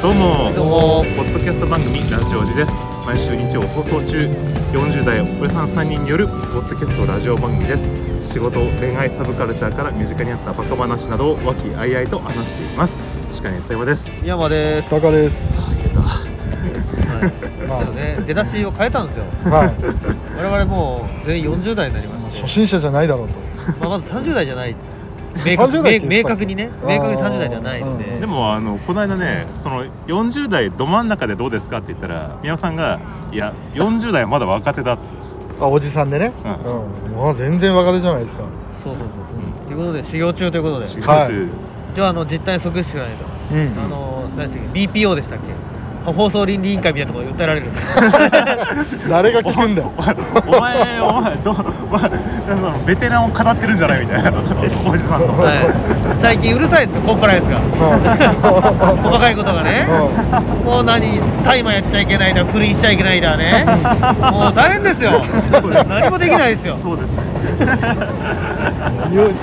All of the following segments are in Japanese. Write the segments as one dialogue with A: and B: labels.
A: どうも
B: どうも
A: ポッドキャスト番組ラジオジです毎週日曜放送中40代おじさん3人によるポッドキャストラジオ番組です仕事恋愛サブカルチャーから身近にあったバカ話などを和気あいあいと話しています司会の磯山です
B: 山です。
C: バカです。
B: はい
C: まあ
B: 実はね、出だしを変えたんですよ。
C: はい。
B: 我々もう全員40代になりま
C: 初
B: して、
C: 心者じゃないだろうと。
B: まあまず30代じゃない。明確
C: 30代って言って
B: 明
C: た
B: 確にね、明確に30代ではないので。
C: うん
A: でもあのこの間ねその40代ど真ん中でどうですかって言ったら宮尾さんが「いや40代はまだ若手だ」って
C: あ、おじさんでね。
A: う
C: うんん。もう全然若手じゃないですか。
B: そうそうそう。ということで修行中ということで、
A: 仕
B: 今
A: 事中
B: 日はあの実態に即していかないと。
C: うん
B: あの何でしたっけ、BPO でしたっけ。放送倫理委員会みたいなところで訴えられる。
C: 誰が聞くんだよ。
A: お前お前ど、まあ、そのベテランを語ってるんじゃないみたいなおじさんの、
B: はい。最近うるさいですか、コンプライアンスが。細かいことがね。もう何大麻やっちゃいけないだ不倫しちゃいけないだねもう大変ですよ
A: そうです
B: 何もできないですよ
A: そうですね
C: うん言う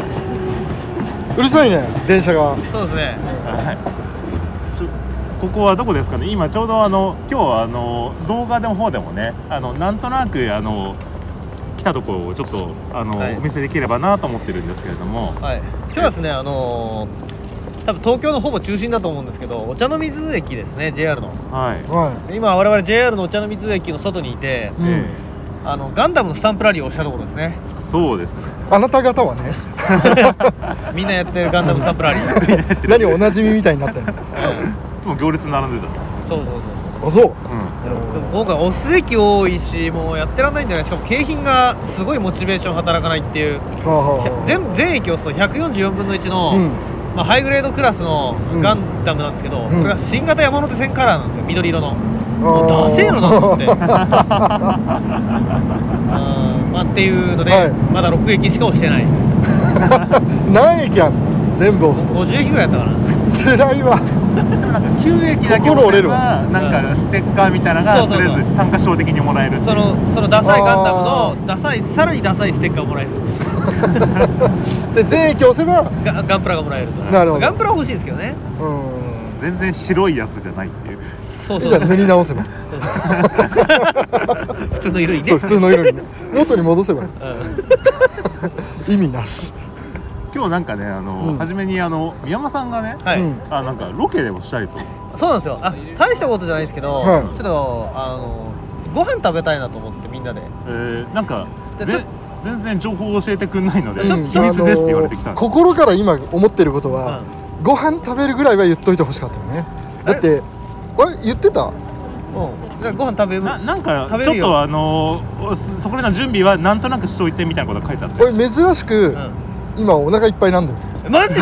C: うるさいね、電車が。
B: そうですね
A: はいちょここはどこですかね今ちょうどあの今日はあの動画の方でもねあのなんとなくあの来たところをちょっとあの、
B: はい
A: お見せできればなと思ってるんですけれども
B: はい今日はですねあのー多分東京のほぼ中心だと思うんですけどお茶の水駅ですね JR の
A: はい、
C: は
B: 今我々 JR のお茶の水駅の外にいて
C: い。うん
A: え。
B: あのガンダムのスタンプラリーをしたところですね
A: えそうですね
C: あなた方はね、
B: みんなやってるガンダムスタンプラリー
C: 何おなじみみたいになってんの。
A: でも行列並んでた、
B: そうそうそう
C: あ、そう。
A: う
B: そうでも今回押す駅多いしもうやってらんないんじゃないしかも景品がすごいモチベーション働かないっていう
C: はあはあ。
B: 全全駅をそう144分の1の、
C: うん。
B: まあ、ハイグレードクラスの
C: うん
B: ガンダムなんですけど、
C: ん
B: これが新型山手線カラーなんですよ緑色の
C: あー
B: ダセえのだと思ってうんまあ、っていうので、
C: はい
B: まだ6駅しか押してない
C: 何駅あんの全部押すと。
B: 50駅ぐらいやったかな
C: 辛いわ。
A: ん、でもなんか9駅だけ
C: 心折れるわ
A: ばなんかステッカーみたいなのが、
B: うん
A: とりあ
B: そう
A: え
B: そうそ
A: ず参加賞的にもらえるっていう
B: そのそのダサいガンダ
C: あ
B: ムのダサいさらにダサいステッカーをもらえる
C: で、全駅押せば、
B: ガガンプラがもらえると
C: なるほど
B: ガンプラ欲しいですけどね
C: うん。
A: 全然白いやつじゃないっていう
B: そう
C: いい
B: そう
C: じゃん、塗り直せば。
B: そうそう普通の色にね
C: そう、普通の色にね。元に戻せばいい。
B: うん
C: 意味なし。
A: 今日なんかねあの、
C: うん
A: 初めにあの宮山さんがね、
B: はい、
C: うん
A: あなんかロケでもしたいと
B: そうなんですよあ大したことじゃないですけど、
C: はい
B: ちょっとあのご飯食べたいなと思ってみんなで
A: えー、なんか
B: で
A: ぜ
B: ちょ
A: 全然情報を教えてくんないので
B: ちょっ
C: うん
B: と
A: 秘密ですって言われてきた
C: あの
A: んですよ
C: ー心から今思ってることは、ご飯食べるぐらいは言っといてほしかったよねだってあれ言ってた
B: うんでご飯食べ
A: ななんか
B: 食べ
A: ちょ
B: る
A: っ
B: よ
A: とあのーおそこらの準備はなんとなくしといてみたいなことが書いてあって
C: 俺珍しく、
B: う
C: 今お腹いっぱいなんだよ
B: んマ ジで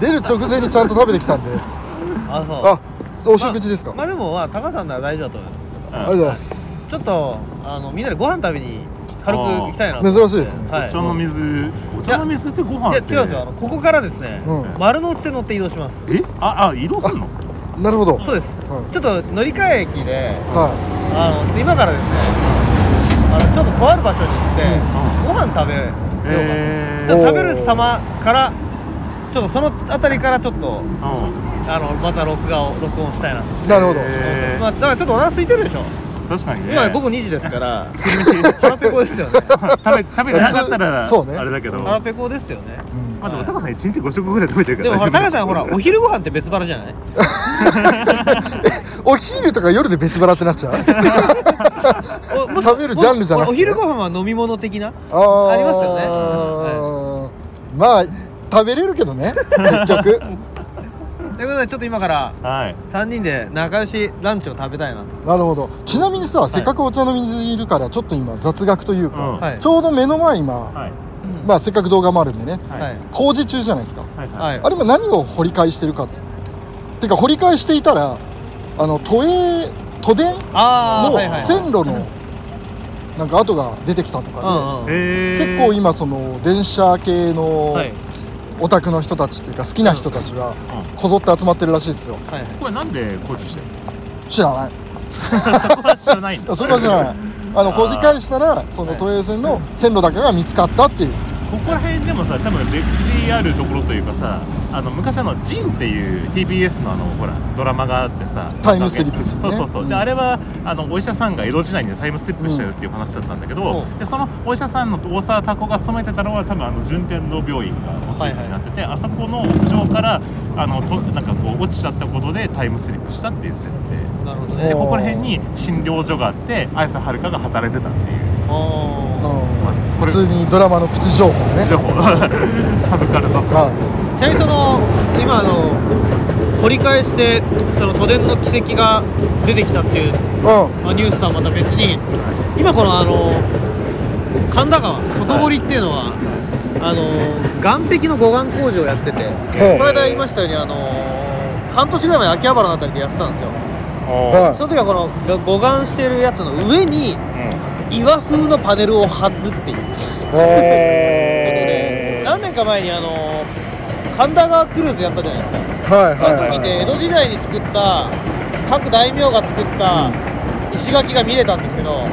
C: 出る直前にちゃんと食べてきたん で
B: あそう
C: あお食事ですか、
B: まあでもまあ高さんなら大丈夫だと思います
C: ありがとうございます
B: ちょっとあのみんなでご飯食べに軽く行きたいなと思って
C: 珍しいですね、
B: は
A: お
B: い
A: 茶の水、お茶の水ってご飯っ
B: いや違うんで
A: て
B: すよあのここからですね、
C: うん
B: 丸の内線乗って移動します
A: えああ移動するの
C: なるほど
B: そうです、
C: うん
B: ちょっと乗り換え駅で
C: は
B: あのちょっと今からですねあのちょっととある場所に行って、ご飯食べようかと、
A: え
B: ち
A: ー
B: ょっ
C: お
B: と
C: ー
B: 食べる様からちょっとその辺りからちょっと
A: うん
B: あのまた録画を録音したいなと、
C: いなるほど、
A: え
B: まあ、だからちょっとお腹空いてるでしょ、
A: ー確かにね
B: 今午後2時ですから腹ペコですよね
A: 食べ食べてなかったら
C: そうね
A: あれだけど
B: 腹ペコですよね
C: うん
A: まあでも高さん一日5食ぐらい食べてるか
B: で
A: ら
B: もほら
A: 大丈夫
B: 高橋さんほらお昼ご飯って別腹じゃない
C: お昼とか夜で別腹ってな っちゃう
B: おもし
C: 食べるジャンルじゃなくて
B: お昼ご飯は飲み物的な
C: あー
B: ありますよね
C: まあ食べれるけどね結局
B: ということでちょっと今から
A: はい
B: 3人で仲良しランチを食べたいなと
C: なるほどちなみにさ、せっかくお茶の水いるからちょっと今雑学というか、
A: うん
B: はい
C: ちょうど目の前今、
A: はい
C: まあせっかく動画もあるんでね
B: はい
C: 工事中じゃないですか
A: はいはい
B: はい、
C: あれ今何を掘り返してるかっててか掘り返していたらあの都営都電
B: ああ
C: の
B: はいはい
C: 線路のなんか跡が出てきたとか
B: うんうん
C: で、
A: えー
C: 結構今その電車系の
B: はい
C: オタクの人たちっていうか好きな人たちがこぞって集まってるらしいですよ
B: はいはい
A: これなんで工事してる
C: 知らない
A: のそこは知ら ないんだ
C: それは知らないあの
A: あー
C: 掘り返したらその都営線の線路だけが見つかったっていう
A: ここら辺でもさ多分歴史あるところというかさあの昔あの「ジン」っていう TBS のあのほらドラマがあってさ
C: タイムスリップですよね
A: そうそうそう、で
C: うん
A: あれはあのお医者さんが江戸時代にタイムスリップしちゃうっていう話だったんだけど、
B: うん
A: でそのお医者さんの大沢たこが勤めてたのは多分あの順天堂病院がモチーフになってて、あそこの屋上からあのとなんかこう落ちちゃったことでタイムスリップしたっていう設定
B: なるほど
A: で
B: ね
A: ここら辺に診療所があって綾瀬はるかが働いてたっていう。
B: あ
A: こ
C: 普
A: れ
C: 通にドラマのプチ情報ね
A: 情報サブカル雑
C: は
A: 談
B: ーちなみにその今あの掘り返してその都電の奇跡が出てきたっていう、
C: い
B: まあ、ニュースとはまた別に今このあの神田川外堀っていうのは、あの岸壁の護岸工事をやってて
C: う
B: この間言いましたようにあの半年ぐらい前秋葉原のあたりでやってたんですよ
A: お
C: は
A: ー
C: い
B: その時はこの護岸してるやつの上に岩風のパネルを貼るっていう
C: うん
B: 何年か前にあの神田川クルーズやったじゃないですか
C: はい
B: その
C: はい
B: 時
C: は
B: に
C: い
B: 江戸時代に作った各大名が作った石垣が見れたんですけど、あ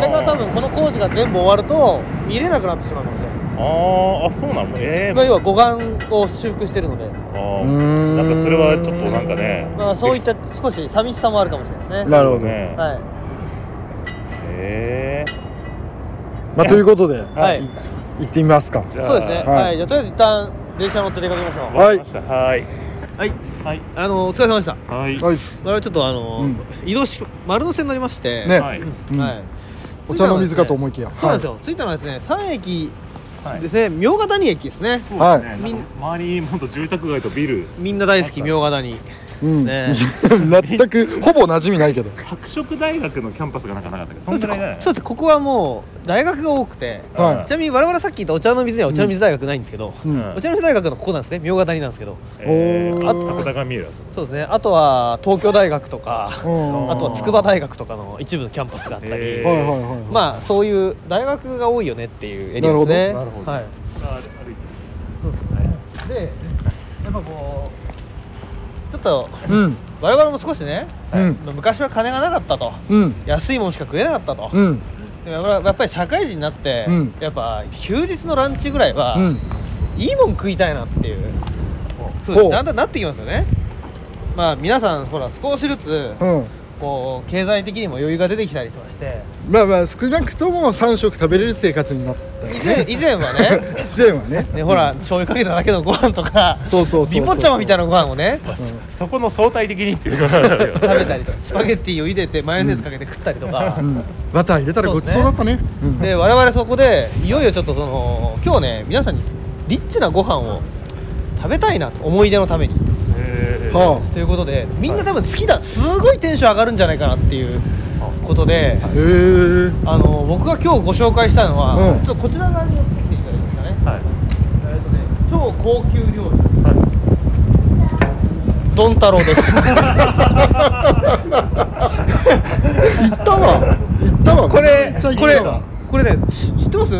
B: れが多分この工事が全部終わると見れなくなってしまうかもしれない
A: あーあそうなのええ
B: まあ要は護岸を修復してるので、
C: うーん
A: なんかそれはちょっとなんかね
B: まあ、そういった
A: 歴
B: 少し寂しさもあるかもしれないです
A: 史
B: ね、
C: なるほど
A: ね
B: はい、
A: へえ
C: まあということで、
B: はい
C: い行ってみますか
A: じゃあ
B: そうですね、
C: はい
B: はい、じゃあとりあえず一旦電車乗って出かけましょ
A: わかりましたはい
B: いはい
A: はい
B: あのお疲れ様でした
A: はい
C: はい
B: 我々ちょっとあの、
C: うん
B: 移動し丸の線に乗りまして
C: ね
A: はい
C: うん
B: はい、
C: お茶の水かと思いきや
B: そうなんです
C: は
B: よ、着いたのはですね3駅
A: はい
B: ですね茗ヶ谷駅ですね
A: そう
C: はい
A: ですねなんか周り本当住宅街とビル
B: みんな大好き茗ヶ谷
C: いうん
B: ね
C: 全くほぼ馴染みないけど
A: 拓殖大学のキャンパスがなんかなかったっけどそ
B: そうんです
A: ぐらいだ
B: こ
A: ね
B: そうですここはもう大学が多くて
A: はい
C: は
B: ちなみに我々さっき言ったお茶の水にはお茶の水大学ないんですけど、
C: い、うん
A: うん
B: お茶の水大学のここなんですね茗ヶ谷なんですけど
A: え
C: お
A: ー
C: ー
A: あ高田が見えるやつ
B: そうですねあとは東京大学とか
C: うん
B: あとは筑波大学とかの一部のキャンパスがあった
A: へ
B: り
A: ー
C: はいはいはい
B: まあそういう大学が多いよねっていうエリアですね
C: な
A: るほどな
B: は
A: る
B: い
A: あ歩いて
B: でやっぱこうちょっと
C: うん
B: 我々も少しね、
C: うん
B: 昔は金がなかったと
C: うん
B: 安いもんしか食えなかったと、
C: うん
B: でやっぱやっぱり社会人になって、
C: うん
B: やっぱ休日のランチぐらいは、
C: うん
B: いいもん食いたいなっていうふう
C: ほう
B: にだんだんなってきますよねまあ皆さんほら少しずつ
C: うん
B: こう経済的にも余裕が出てきたりとかして
C: まあまあ少なくとも3食食べれる生活になったよ
B: 以
C: ね
B: 前以前は ね
C: 以前はね
B: ねほら醤油かけただけのご飯とか
C: そうそうそうそう
B: 貧乏ちゃまみたいなご飯をね
A: そこの相対的にっていうのがあるよね
B: 食べたりとかスパゲッティを茹でてマヨネーズかけて食ったりとか、
C: うんバター入れたらごちそうだったねうん
B: で我々そこでいよいよちょっとその今日ね皆さんにリッチなご飯を食べたいなと思い出のために
A: へー
C: は
B: ということでみんな多分好きだすごいテンション上がるんじゃないかなっていうことで
C: あへえ
B: あの僕が今日ご紹介したいのは、
C: うん
B: ちょっとこちら側に寄ってきていただけますかね
A: はい
B: えっとね超高級料理
A: はい
B: ドン太郎です
C: 行ったわ行った わ
B: こ
C: め
B: れ
C: っちゃ行
B: こ
C: っ
B: れ
C: たわ
B: これねし知ってます、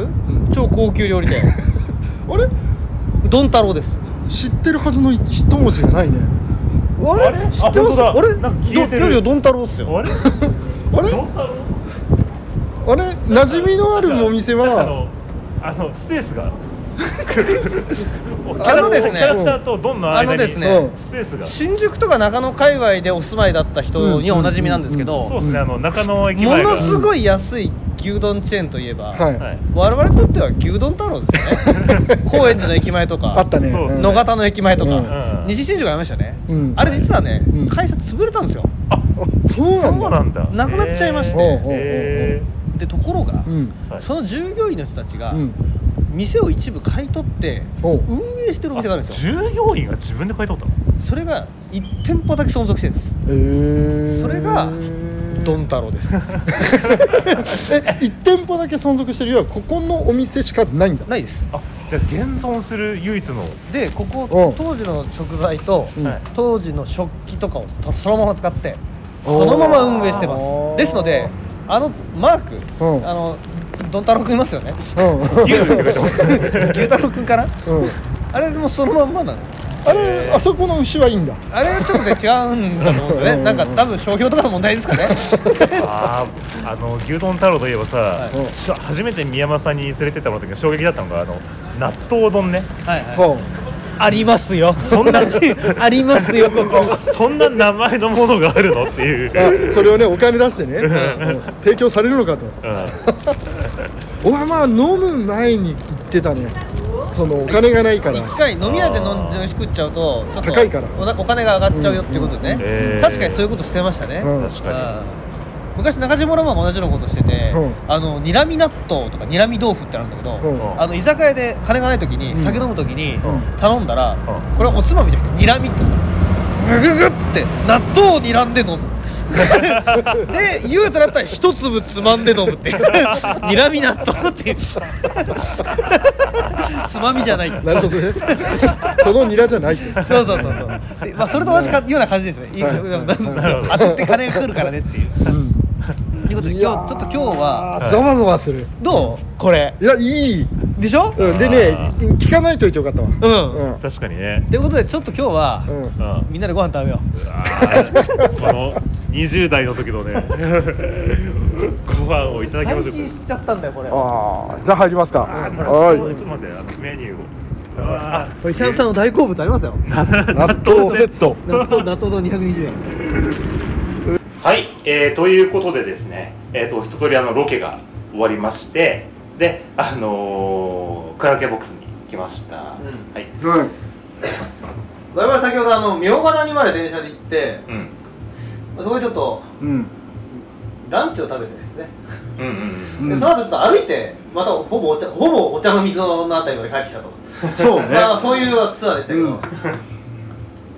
B: 超高級料理店
C: あれ
B: ドン太郎です
C: 知ってるはずの一文字がないね
B: あれ
A: あれ
B: 知っ
A: あ
B: て
A: 本
B: ま
A: 当
B: す
A: だ
B: あれ
A: なんか消えてる
B: どいやいやドン太郎っすよ
A: あれ
C: あれ
A: どうだろう
C: あれ馴染みのあるお店
A: あ
C: は
A: のあのスペース が
B: あのですね
A: キャラクターとドンの間に
B: あのですね
C: うん
A: スペースが
B: 新宿とか中野界隈でお住まいだった人にはおなじみなんですけ
A: そう
B: ど
A: ですねあの中野駅
B: も
A: 前が
B: のすごい安い牛丼チェーンといえば、
C: はい
A: はい
B: 我々にとっては牛丼太郎ですよ ね高円寺の駅前と
C: あ
B: か
C: ったね
A: そうです
C: う
A: ね
C: ん
B: 野方の駅前とか、
A: うん
B: 西新宿ありましたね、
C: うん
B: あれ実はね、
C: うん
B: 会社潰れたんですよ
C: あそうなん
A: そう
C: だ
A: なんだ
B: なくなっちゃいまして
A: へー
C: え
B: でところが、
C: うん
A: はい
B: その従業員の人たちが、
C: うん
B: 店を一部買い取って
C: おう
B: 運営してるお店があるんですよ
A: 従業員が自分で買い取ったの
B: それが1店舗だけ存続してるんです
C: えー
B: それがドン太郎です
C: え一店舗だけ存続してるよここのお店しかないんだ
B: ないです
A: あじゃあ現存する唯一の
B: でここ
C: うん
B: 当時の食材と、
C: うん
A: はい
B: 当時の食器とかをとそのまま使ってそのまま運営してま
C: おー
B: すですのであのマーク、
C: うん
B: あのドン太郎くんいますよね
C: うん
A: 牛って書いてますね
B: 牛太郎くんかな
C: うん
B: あれもうそのまんまなの
C: あれあそこの牛はいいんだ
B: あれちょっとね違うんだと思うんですよねなんか多分商標とかの問題ですか ね
A: あーあの牛丼太郎といえばさ、
B: はい
A: しょ初めて宮山さんに連れてってもらった時が衝撃だったのがあの納豆丼ね
B: はいはい
C: ほう
B: ありますよ
A: そんな
B: ありますよこ こ
A: そんな名前のものがあるのっていう、
C: あそれをねお金出してね、うん提供されるのかと
A: うん
C: おはまあ飲む前に行ってたねそのお金がないから
B: 一回飲み屋で飲んで食っちゃうとちょっと
C: 高いから
B: おなお金が上がっちゃうよっていうことでね、
A: うんうんうん
B: 確かにそういうことしてましたね、
C: うん
A: 確か
B: うん昔中島ロマンが同じようなことしてて、
C: うん
B: あのにらみ納豆とかにらみ豆腐ってあるんだけど、
C: うん
A: ん
B: あの居酒屋で金がない時に、
C: うん
B: 酒飲む時に
A: う
B: 頼んだら、
A: ん
B: これはおつまみじゃなくてにらみってことグググって納豆をにらんで飲むで言うやつだったら一粒つまんで飲むっていうにらみ納豆っていう つまみじゃない
C: なるほどねそのニラじゃないって
B: そうそうそうそう。でまあそれと同じかような感じですね。いい
C: はい
B: うんそう
A: なるほど
B: 当たって金が来るからねっていう。と
C: うん
B: いうことで今日
C: い
B: ち
C: や
B: ょ
C: ー
B: っと今日は
A: はい
C: ざわざわする
B: どうこれ
C: いやいい、
B: でしょ？
C: うん、で
A: あ
C: ね聞かないといてよかったわ
B: う。
C: うんん
A: 確かにね
B: ということでちょっと今日
C: うん
B: は
A: うん
B: みんなでご飯食べよう。
A: あーこの20代の時のねご飯をいただきましょ
B: 最
A: う
B: 近
A: か
B: しちゃったんだよこれ。
C: ああじゃあ入りますか
A: あーちょっ
C: は
A: と待ってあのメニューをあ
B: これ久々の大好物ありますよ。
C: い納豆セット
B: 納豆納豆丼220円。
A: はい、えーということでですね、えー、と一通りあのロケが終わりましてであのー、カラオケボックスに来ました、はい、
C: うん
B: 我々先ほどあの明ヶ谷まで電車で行って、
A: うん、
B: そこでちょっと
C: うん
B: ランチを食べてですね。
A: うんうん
C: うん
B: でその後ちょっと歩いてまたほぼお茶ほぼお茶の水のあたりまで帰ってきたと。
C: そうね
B: まあそういうツアーでしたけど、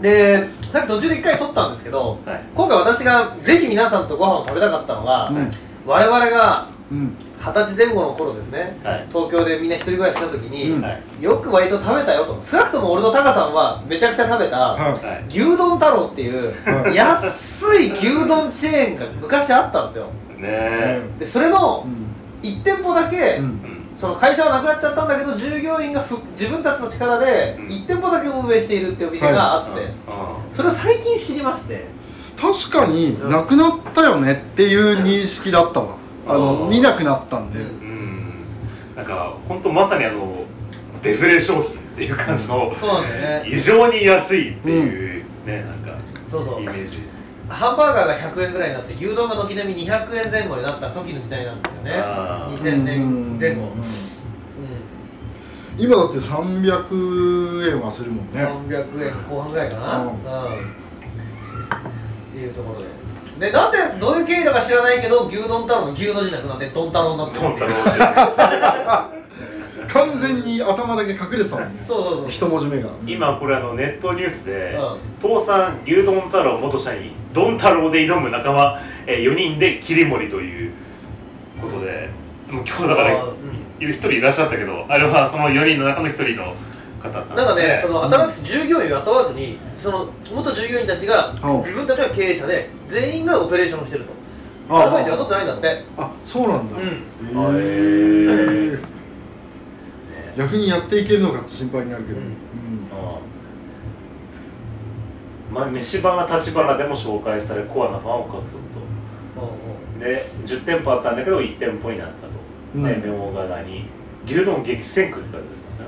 B: でさっき途中で1回撮ったんですけど、
A: はい
B: 今回私がぜひ皆さんとご飯を食べたかったのが、
C: うん
B: 我々が
C: うん
B: 二十歳前後の頃ですね、
A: はい
B: 東京でみんな一人暮らしした時に、
C: うん
A: はい
B: よく割と食べたよと少なくとも俺とタカさんはめちゃくちゃ食べた、
C: はい
A: はい
B: 牛丼太郎っていう
C: はい
B: 安い牛丼チェーンが昔あったんですよ
A: ねえ
B: でそれの1店舗だけ、
C: うん
A: うん
B: その会社はなくなっちゃったんだけど従業員がふ自分たちの力で
A: うん
B: 1店舗だけ運営しているっていうお店があって、
A: う
B: それを最近知りまして
C: 確かになくなったよねっていう認識だったわあ
A: う
C: の
A: ん
C: 見なくなったんで
A: んうんなんか本当まさにあのデフレ商品っていう感じの
B: そうなんだよね
A: 異常に安いっていうね、なんか
B: そうそう
A: イメージ
B: ハンバーガーが100円ぐらいになって牛丼が軒並み200円前後になった時の時代なんですよね
A: あー
B: 2000
C: う
B: 年
C: ん
B: 前後、うん
C: 今だって300円はするもんね
B: 300円後半ぐらいかな、
C: うん
B: うんっていうところででなんでどういう経緯だか知らないけど牛丼太郎の牛の字なくなって丼太郎になった
A: トン
B: って
A: 太
B: いう
A: 郎って
C: 完全に頭だけ隠れてたもんね
B: そうそうそう
C: 一文字目が
A: 今これあのネットニュースで
B: うん
A: 倒産牛丼太郎元社員丼太郎で挑む仲間、えー、4人で切り盛りということでもう今日だから
B: あーうん
A: 一人いらっしゃったけどあれはその4人の中の一人の方だった
B: なんか
A: で
B: ね、その新しく従業員を雇わずに、その元従業員たちが、
C: うん
B: 自分たちが経営者で、全員がオペレーションをしてると、
C: あ
B: アルバイト雇ってないんだって、
C: あそうなんだ
B: うん
A: はい
C: へえ逆にやっていけるのかって心配になるけど
B: う
C: うんん
A: まあ、飯花立ち花でも紹介されコアなファンを獲得とで10店舗あったんだけど1店舗になったと、
C: うん
A: で明賀谷に牛丼激戦区って書いてありますね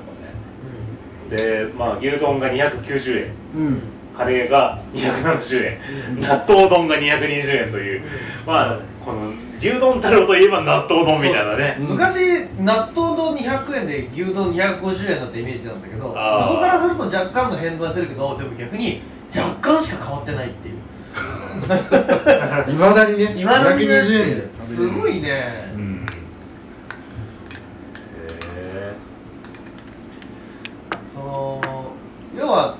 A: これねで、まあ、牛丼が290円
C: うん
A: カレーが270円納豆丼が220円というまあこの牛丼太郎といえば納豆丼みたいなね
C: うん
B: 昔、納豆丼200円で牛丼250円だったイメージなんだけど、そこ
A: あー
B: からすると若干の変動はしてるけど、でも逆に、若干しか変わってないっていう、
C: いまだにね
B: 今だにね
C: 120円で食べれる
B: すごいね。
A: うんへ
B: その要は、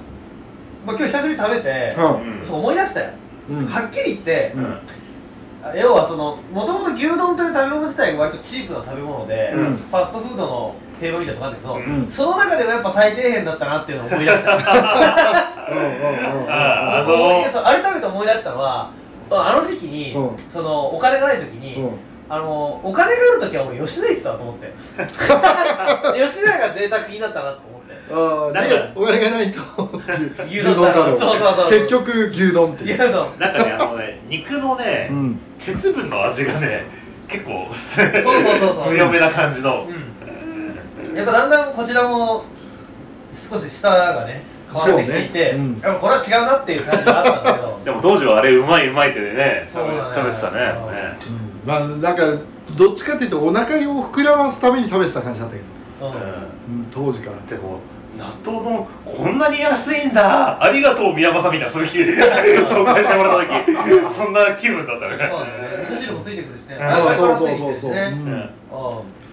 B: まあ今日久しぶりに食べて、
A: うん
B: そう思い出したよ、
C: うん
B: はっきり言って、
A: うん
B: 要はそのもともと牛丼という食べ物自体が割とチープな食べ物で、
C: うん
B: ファストフードの定番みたいなとこあるんだけど、
C: うん
B: その中でもやっぱ最底辺だったなっていうのを思い出した あ
C: うんうんうん
A: ああ
B: の
A: の
B: そう改めて思い出したのはあの時期に、
C: うん
B: そのお金がない時に、
C: うん
B: あのお金がある時は俺吉田行ってたわと思って 吉田が贅沢品だったなと思って
C: あ
A: な
C: あ
A: ん
C: で
A: か
C: お金がないと
B: 牛
C: 牛
B: 丼
C: 丼
B: 太
C: 太
B: 郎
C: 郎
B: そうそうそう
C: 結局牛丼って
B: い
C: い
B: や
C: う
B: そう
A: なんかねあの ね肉のね、
C: うん
A: 鉄分の味がね結構
B: そうそうそうそう
A: 強めな感じの、
B: うん、やっぱだんだんこちらも少し下がね変わってきていて、
C: そうねうん
B: やっぱこれは違うなっていう感じがあったんだけ ど
A: でも当時はあれうまいうまいってね
B: そう
A: 食べ
B: だね
A: 食べてたね
B: うん
A: ね
C: まあなんかどっちかっていうとお腹を膨らますために食べてた感じだったけど、
B: うん
C: うん、当時から
A: うんでも納豆丼こんなに安いんだありがとう宮正みたいなそれ聞いて紹介してもらった 時そんな気分だったね
B: そうだね味噌汁もついてくるしね
A: うん
B: 何回か
C: そう
B: らつ
C: そう
B: いてきて
C: そう
B: るし
C: そう、
B: ね
A: うん
B: う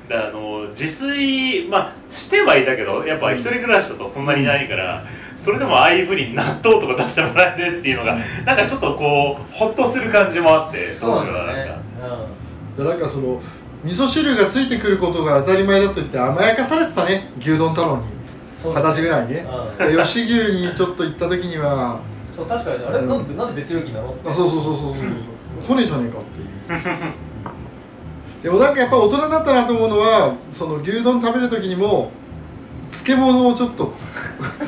A: であの自炊、まあ、してはいたけどやっぱ一人暮らしだとそんなにないからそれでもああいうふうに納豆とか出してもらえるっていうのがなんかちょっとこうホッとする感じもあって
B: んそうな
A: 当
B: ん
A: 時はな
B: だ
A: ん
B: ね
A: か
C: でなんかその味噌汁がついてくることが当たり前だと言って甘やかされてたね牛丼太郎に
B: うんそ
C: 二
B: うだ
C: 十
B: ね
C: 歳ぐらいにね
B: う
C: で吉牛にちょっと行った時には
B: んそう確かにねあれ
C: うん
B: なんでなんで別料金なのって
C: あそうそうそうそうそうそう来ねえじゃねえかっていうでもなんかやっぱ大人になったなと思うのはその牛丼食べる時にも漬物をちょっと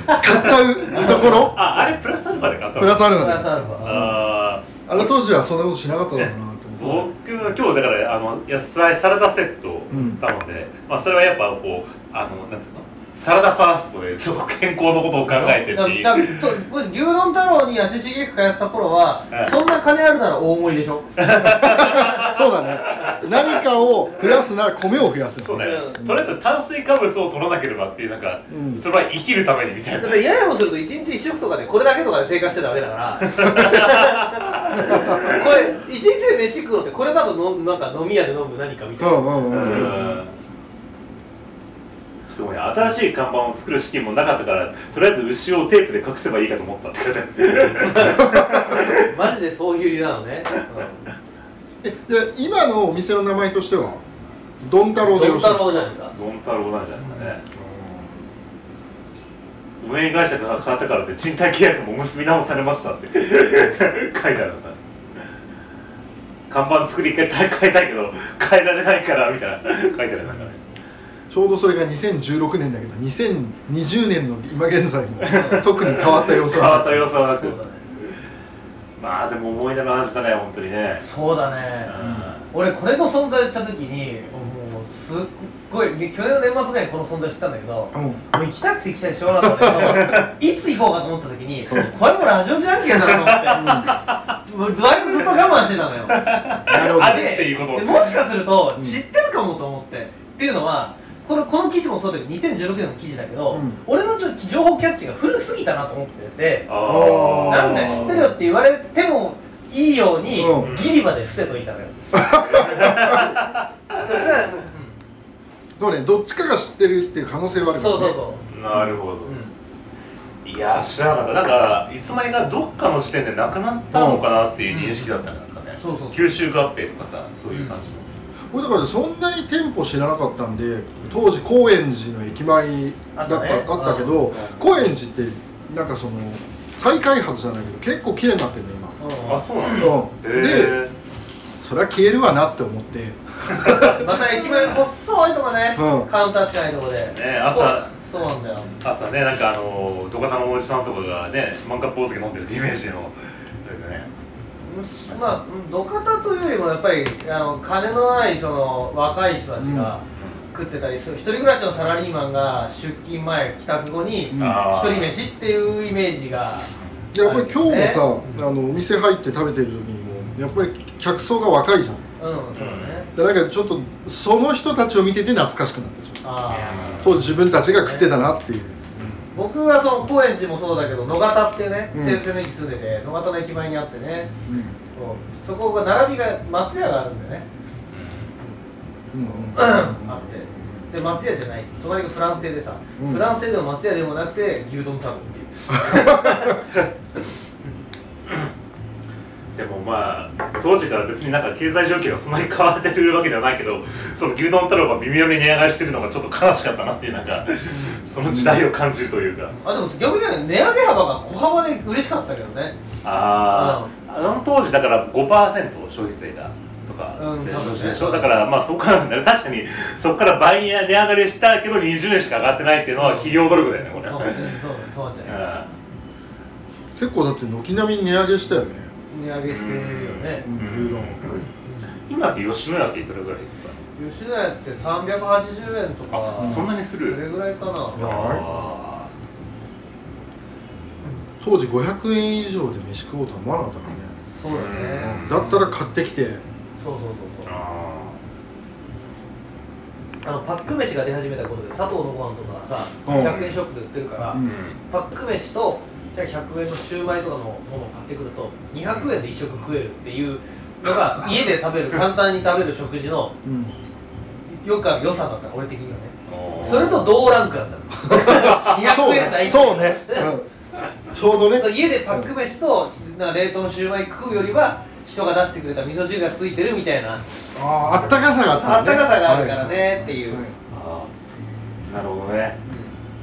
C: 買っちゃうとこ ろ
A: ああれプラスアルファで買った
C: プラスアルフ
B: プ
C: ァ
B: ラス
C: で
B: アルファ
A: あー
C: あの当時はそんなことしなかっただろうなと思って
A: 僕は今日だからあの野菜サラダセットを
C: うん
A: 買ったので、まあ、それはやっぱこうあのなんつうのサラダファーストでちょっと健康のことを考えてっていう
B: 多分ともし牛丼太郎に足しげく通ってた頃は、
A: はい
B: そんな金あるなら大盛りでしょ
C: そうだね何かを増やすなら米を増やす
A: そうね
B: う、ん
A: とりあえず炭水化物を取らなければっていうなんか、
C: うん
A: それは生きるためにみたい
B: だ
A: な
B: ってややもすると一日一食とかでこれだけとかで生活してたわけだから これ一日で飯食おうってこれだとのなんか飲み屋で飲む何かみたいな、
C: うんうんうん
A: すごいね新しい看板を作る資金もなかったからとりあえず牛をテープで隠せばいいかと思ったって書いてある
B: マジでそういう理由なのね、
C: えじゃあ今のお店の名前としてはドン太
B: う
C: 郎
B: ん、
C: で
B: ド
C: よ
B: ン
C: ろしい
B: 太
C: です
B: 郎
C: か
B: じゃないですか
A: ドン太郎なんじゃないですかね運営会社が変わったからって賃貸契約も結び直されましたって書いてあるのか看板作り一回変えたいけど変えられないからみたいな書いてあるなんかね
C: ちょうどそれが2016年だけど2020年の今現在も特に変わった様子
A: 変わ
C: は
A: った様子はなく
B: そうだね
A: まあでも思い出の話だね本当にね
B: そうだね
A: う
B: 俺これの存在した時にもうすっごいで去年の年末ぐらいにこの存在知ったんだけど
C: うん
B: もう行きたくて行きたいしょうがなかった んだけどいつ行こうかと思った時にこれもラジオじゃんけんだなと思ってもう割とずっと我慢してたのよ
C: なるほ
A: あ
C: ど
A: れっていうこと
B: でもしかすると知ってるかもと思って、っていうのはこのこの記事もそうだけど2016年の記事だけど、
C: うん
B: 俺のちょ情報キャッチが古すぎたなと思ってて
A: あー
B: なんだよ知ってるよって言われてもいいように、
C: うん
B: ギリまで伏せといたのよそしたら、うん
C: でもねどっちかが知ってるっていう可能性はあ
B: そうそ
C: る
B: う
C: う
B: そ
A: なるほど、
B: う、うん
A: いや知らなかったなんかいつまにかどっかの時点でなくなったのかなっていう認識だったねなんかね、
B: そうそうそう
A: 九州合併とかさそういう感じの、
C: 僕だからそんなに店舗知らなかったんで当時高円寺の駅前だった
B: あっ
C: あった
B: ね
C: たけど
B: うん
C: 高円寺ってなんかその再開発じゃないけど結構綺麗になってるね今
A: あそうなんだ、
C: うんで
A: へ
C: それは消えるわなって思って
B: また駅前の細いとこね、
C: うん
B: カウンターしかないとこで
A: ね朝
B: そうそうなんだよ
A: ー朝ねなんかあのどかたのおじさんとかがね漫画ポーズで飲んでるってイメージのあれだね
B: まあうん土方というよりもやっぱりあの金のないその若い人たちが食ってたり、そう一人暮らしのサラリーマンが出勤前帰宅後に
C: うん
A: あ
B: 一
A: ー
B: 人飯っていうイメージが
C: でやっぱり今日も
B: ね
C: さ、あのお店入って食べてる時にもやっぱり客層が若いじゃん
B: うんそうだね、
C: でだからちょっとその人たちを見てて懐かしくなったでしょ
B: ああ
C: 当時自分たちが食ってたなっていう
B: 僕はその高円寺もそうだけど野方っていうね
C: うん
B: 西武線の駅住んでて野方の駅前にあってね
C: う
B: そうそこが並びが松屋があるんだよね
C: んうん
B: あってで松屋じゃない隣がフランス製でさ、
C: うん
B: フランス製でも松屋でもなくて牛丼太郎っていう
A: でもまあ当時から別になんか経済状況がそんなに変わってるわけではないけどその牛丼太郎が微妙に値上がりしてるのがちょっと悲しかったなっていうなんかその時代を感じるというか、
B: あでも逆に言うと値上げ幅が小幅で嬉しかったけどね
A: ああ、あの当時だから5%消費税がとか
B: うん
A: で
B: 多分ね
A: でしょだからまあそこからなんだよ確かにそこから倍値上がりしたけど20円しか上がってないっていうのは企業努力だよねこれ
B: そうそうそうそうなんじゃない
A: うん
C: 結構だって軒並み値上げしたよね
D: 値上げしてるよね
C: う、ん牛丼
A: 今って吉野家っていくらぐらいですか
D: 吉野家って380円とか
A: あそんなにする
D: それぐらいかな
A: あ
C: 当時500円以上で飯食おうとは思わなかったからね
D: そうだね
A: うん
C: だったら買ってきて
D: そうそうそう
A: ー
D: そう
A: あ
B: あのパック飯が出始めたことで佐藤のご飯とかさ
C: うん
B: 100円ショップで売ってるから、
C: うん
B: パック飯とじゃあ100円のシューマイとかのものを買ってくると200円で1食食えるっていうのが家で食べる簡単に食べる食事の
C: うん
B: よくある良さだった俺的にはね
A: ー
B: それと同ランクだったの
C: そう
B: 200円台
C: ねそうね、うんちょうどね
B: そう家でパック飯とな冷凍のシューマイ食うよりは人が出してくれた味噌汁がついてるみたいな
C: あああったかさが
B: あったかさがあるから
C: はい
B: ねっていう、
C: はい
A: あーなるほどね
B: うん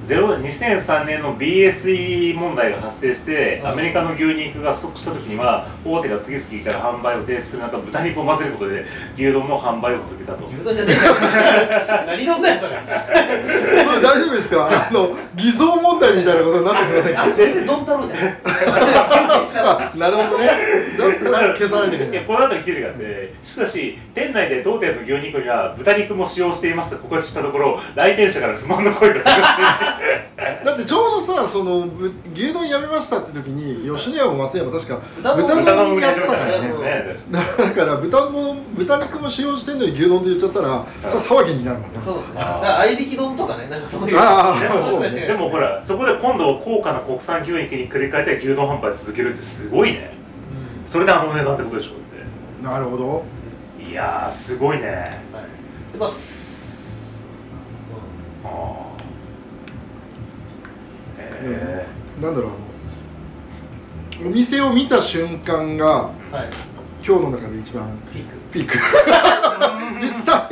A: ゼロ2003年の BSE 問題が発生して、
B: はい
A: アメリカの牛肉が不足した時には大手が次々から販売を停止する中豚肉を混ぜることで牛丼の販売を続けたと
B: 牛丼じゃねえよ 何丼だよそれ
C: それ大丈夫ですかあの偽造問題みたいなことになってきませんか
B: あそれで丼太郎じゃん
C: あなるほどねだったら消さないといけ
A: い
C: な
A: や
C: い
A: この後に記事があってしかし店内で当店の牛肉には豚肉も使用していますとここで知ったところ来店者から不満の声が高く
C: だってちょうどさそのぶ牛丼やめましたって時に吉野家も松山確か
B: 豚丼
A: 豚丼を売り
C: やっ
A: 始
C: て
A: め
C: た
A: た
C: か
A: から
C: ら
A: ね
C: ね
A: ね
C: だから豚も豚肉も使用してんのに牛丼って言っちゃったらそれは騒ぎになるもんね
B: そうだねだ
A: あー
B: から合いびき丼とかねなんかそういう
C: あー
B: なんかそういうのし
A: で
B: て
A: もほらそこで今度高価な国産牛肉に繰り返えて牛丼販売続けるってすごいね
B: う
A: それであの値段ってことでしょっ
C: なるほど
A: ていやーすごいね
B: んはいでまあ
A: あーえ
C: なんだろうあのお店を見た瞬間が
B: うんはい
C: 今日の中で一番
B: ピーク
C: ピーク実際食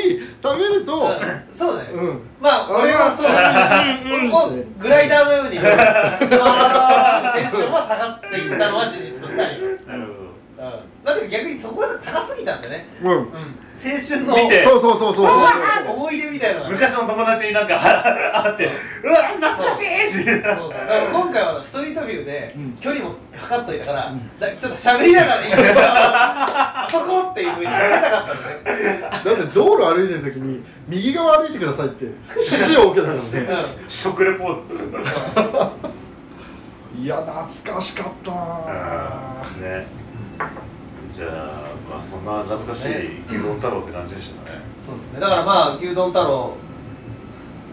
C: べると
B: うんそうだよ
C: うん
B: まあ俺はそう俺もグライダーのようにそのテンションは下がっていったのは事実としてあります
A: ー、なるほど
B: うんだって逆にそこが高すぎたんだね
C: うん
B: うん青春の
A: 見て
C: そうそうそうそうそう
B: 思い出みたいなのがね
A: 昔の友達になんか 会って「うわ懐かしい!」って言う
B: そうそうだから今回はストリートビューで
C: うん
B: 距離も測っといたから、だちょっと喋りながらいいんですよあそこっていうふうに見せたかったんですね
C: だって道路歩いてる時に右側歩いてくださいって指示を受けたからね
A: 食レポー
C: いや懐かしかったな
A: あーねじゃあまあそんな懐かしい牛丼太郎って感じでしたね
B: そうですねだからまあ牛丼太郎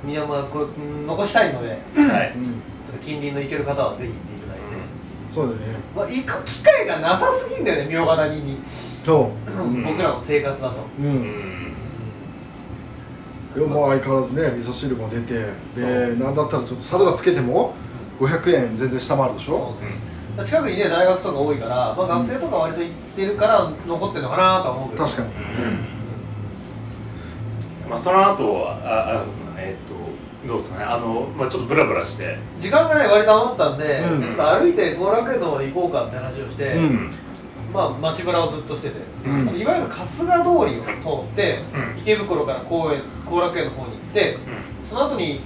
B: 宮山こううん残したいので
A: は
C: う
A: い
C: ん
B: ちょっと近隣の行ける方はぜひ行っていただいて、
C: そうだよね
B: まあ、行く機会がなさすぎんだよね茗ヶ谷に、
C: そ
A: ん
B: 僕らの生活だと
C: うう
A: うんん
C: でもまあ相変わらずね味噌汁も出てでなんだったらちょっとサラダつけても500円全然下回るでしょ
B: そうね近くにね大学とか多いから、まあ、学生とか割と行ってるから残ってるのかなとは思うけど
C: 確かに
A: まあその後はああえっとどうですかねあのまあちょっとブラブラして
B: 時間がね割と余ったんで、
C: うん
B: ちょっと歩いて後楽園の方行こうかって話をして、
C: うん
B: まあ街ぶらをずっとしてて、
A: うん
B: いわゆる春日通りを通って、
A: うん
B: 池袋から公園後楽園の方に行ってその後に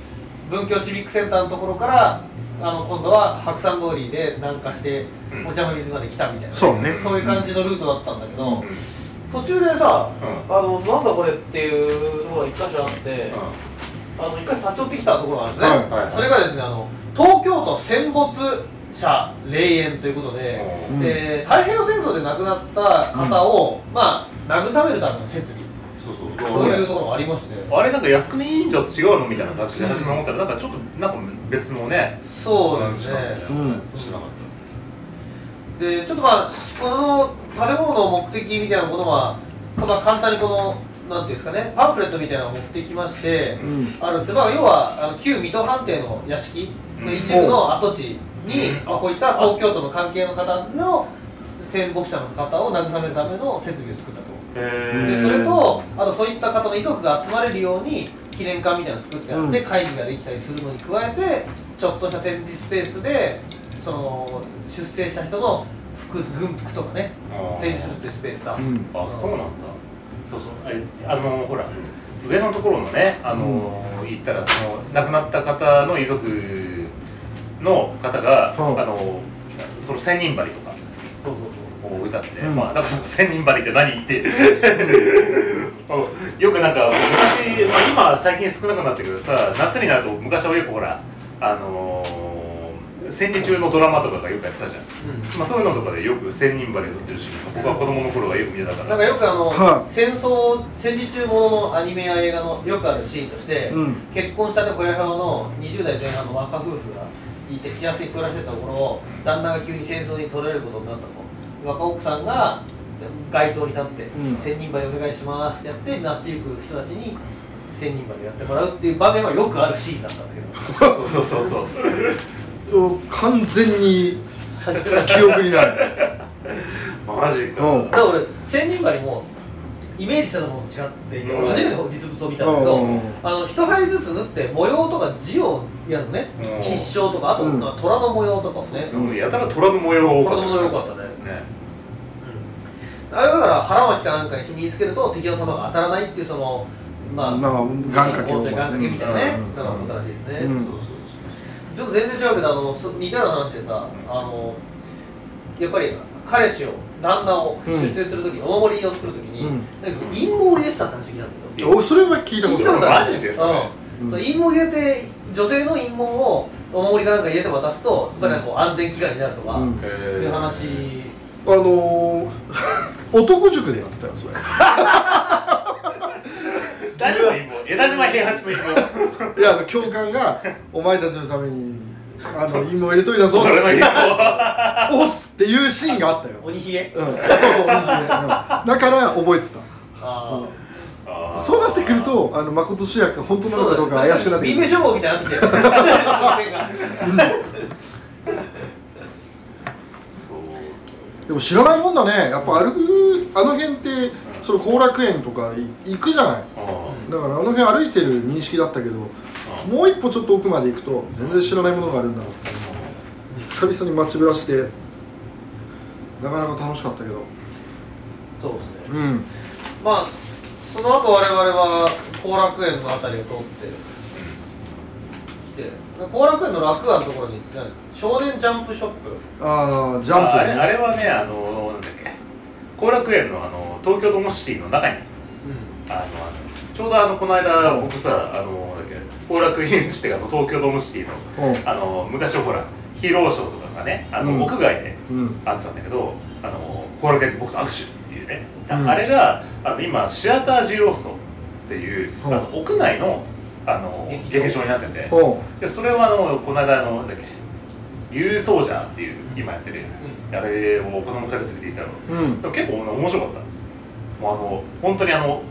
B: 文京シビックセンターのところからあの今度は白山通りで南下して
A: うん
B: お茶の水まで来たみたいな、
C: そうね
B: そういう感じのルートだったんだけど、
C: うん
B: 途中でさ、
A: う
B: あのなんだこれっていうところが一箇所あって、あの一回立ち寄ってきたところがあるんですね、
A: はいはい
B: それがですねあの東京都戦没者霊園ということで、
A: う
C: うん
B: えー太平洋戦争で亡くなった方を、まあ慰めるための設備
A: そうそう
B: というところがありまして、
A: あれなんか靖国神社と違うのみたいな感じで始まる思ったらなんかちょっとなんか別のね
B: そうですね
A: うんしなかった
B: でちょっとまあこの建物の目的みたいなものは、まあ、簡単にこのなんていうんですかねパンフレットみたいなのを持ってきまして、
C: うん
B: あるんですけど、まあ、要はあの旧水戸藩邸の屋敷の一部の跡地に、
A: うん
B: まあこういった東京都の関係の方の戦没者の方を慰めるための設備を作ったと。でそれとあとそういった方の遺族が集まれるように記念館みたいなの作ってあって、
C: うん
B: 会議ができたりするのに加えてちょっとした展示スペースでその出征した人の服軍服とかね展示するっていうスペースだ、
C: うん
A: あそうなんだそうそうえあのほら上のところのねあの、行ったらその亡くなった方の遺族の方が、
C: うん
A: あのその千人針とか
B: そうそう
A: を置い歌って、まあだからその千人針って何言って よくなんか昔、まあ、今は最近少なくなったけどさ夏になると昔はよくほらあのー戦時中のドラマとかがよくやってたじゃん、まあ、そういうのとかでよく千人針を打ってるし僕は子供の頃はよく見てたから
B: なんかよくあの、
C: は
B: 戦争戦時中もののアニメや映画のよくあるシーンとして、
C: うん
B: 結婚したて小屋表の20代前半の若夫婦がいて幸せに暮らしてたところを旦那が急に戦争に取られることになったと若奥さんが街頭に立って
C: うん
B: 「千人針お願いします」ってやってなっちゆく人たちに千人針やってもらうっていう場面はよくあるシーンだったんだけど
A: そ うそうそうそう
C: 完全に記憶にない
A: マジか、
C: うん
B: だから俺千人針もイメージしたものと違っていて、
A: うん
B: 初めて実物を見たんだけど、
C: うんうんうん
B: あの一針ずつ縫って模様とか字をやるのね、
A: うん
B: 必勝とかあと、
C: うん
B: 虎の模様とかをね、
A: なんかやたら虎の模様が多か
B: 虎
A: った
B: の模様良かったね、
A: ね
B: あれはだから腹巻きかなんかに身につけると敵の弾が当たらないっていうそのまあ、
C: まあ願掛け
B: 信仰という願掛けみたいなね、
C: うん
B: なんかことらしいですね、
C: うん
A: そうそうそう
B: ちょっと全然違うけどあのそ似たような話で
A: う
B: さ、
A: ん
B: あのやっぱり彼氏を旦那を出世するとき、お守りを作るときに、
C: うん
B: なんか陰謀を入れてたって話聞いたんだけど、
C: おそれは聞いたこ
B: 聞い
C: と
B: たこと
C: ある
B: ある
A: マジですね
B: うん
C: うん
B: そう陰謀入れて女性の陰謀をお守りかなんか入れて渡すとやっぱりなんかこう安全祈願になるとか、
C: うん
B: って
A: へ
B: いう
A: ー
B: 話
C: あのー、 男塾でやってたよそれ
A: 誰の陰謀枝島平八の陰謀
C: いやあの教官がお前たちのためにあの芋入れとい たぞ
A: 俺の陰謀
C: 押すっていうシーンがあったよ、うん、
B: 鬼ひげ
C: そうそう鬼姫、うん、だから覚えて
B: あ
A: あ
C: た
A: ー
C: そうなってくるとあの誠主役が本当なのかどうか怪しくなって
B: ビ
C: く
B: ン
C: る
B: メ消防みたいになってきてるその点が
A: そう
C: でも知らないもんだねやっぱ歩くあの辺ってその後楽園とかい行くじゃない
A: あー
C: だからあの辺歩いてる認識だったけどもう一歩ちょっと奥まで行くと全然知らないものがあるんだなって久々に街ぶらしてなかなか楽しかったけど
B: そうですね
C: うん
B: まあその後我々は後楽園のあたりを通って来て後楽園の楽園のところに何少年ジャンプショップ
C: ああジ
A: あ
C: ャンプ、ね、
A: あれあれはねあのなんだっけ後楽園のあの東京ドームシティの中にあのあのちょうどあのこの間僕さあのなんだっけ後楽園シティが東京ドームシティの
C: うん
A: あの昔ほらヒーローショーとかがねあの、
C: うん
A: 屋外で
C: うん
A: あってたんだけどあの後楽園で僕と握手っていうね、
C: うん
A: あれがあの今シアタージローソっていう、
C: うん
A: あの屋内のあの
B: 劇場
A: 劇場になってて
C: おう
A: でそれはあのこの間あのなんだっけユーソージャーっていう今やってる、あれを子供2人連れて行ったの
C: うん
A: でも結構面白かったもうあの本当にあの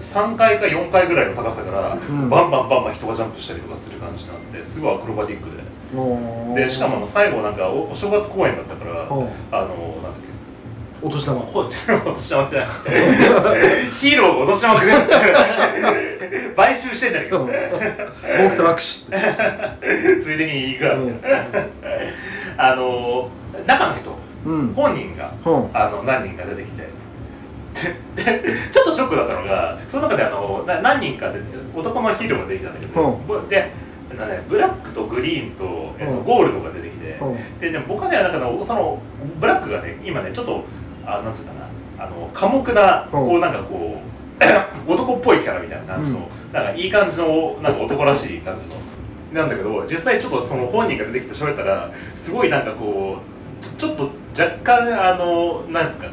A: 3階か4階ぐらいの高さから、
C: ん
A: バンバンバンバン人がジャンプしたりとかする感じになってすごいアクロバティックで
C: おう
A: でしかもあの最後なんかおお正月公演だったからあ
C: お
A: の
C: う
A: なんだっけ
C: お年玉
A: ほ落としまくない ヒーローが落としまくね って 買収してんだけ
C: うん
A: ど
C: 僕と握手って
A: ついでにいくらって、あの中の人
C: うん
A: 本人が
C: うん
A: あの何人か出てきてででちょっとショックだったのがその中であのな何人かで男のヒーローが出てきたんだけど、
C: うん
A: ぶでなんかねブラックとグリーンと、えっと
C: うん
A: ゴールドが出てきて、
C: うん
A: ででも僕はねなんかねそのブラックがね今ねちょっとあなんつうかなあの寡黙な、
C: うん
A: こうなんかこう 男っぽいキャラみたいな感じの、なんかいい感じのなんか男らしい感じのなんだけど実際ちょっとその本人が出てきて喋ったらすごいなんかこうちょちょっと若干あのなんつうかな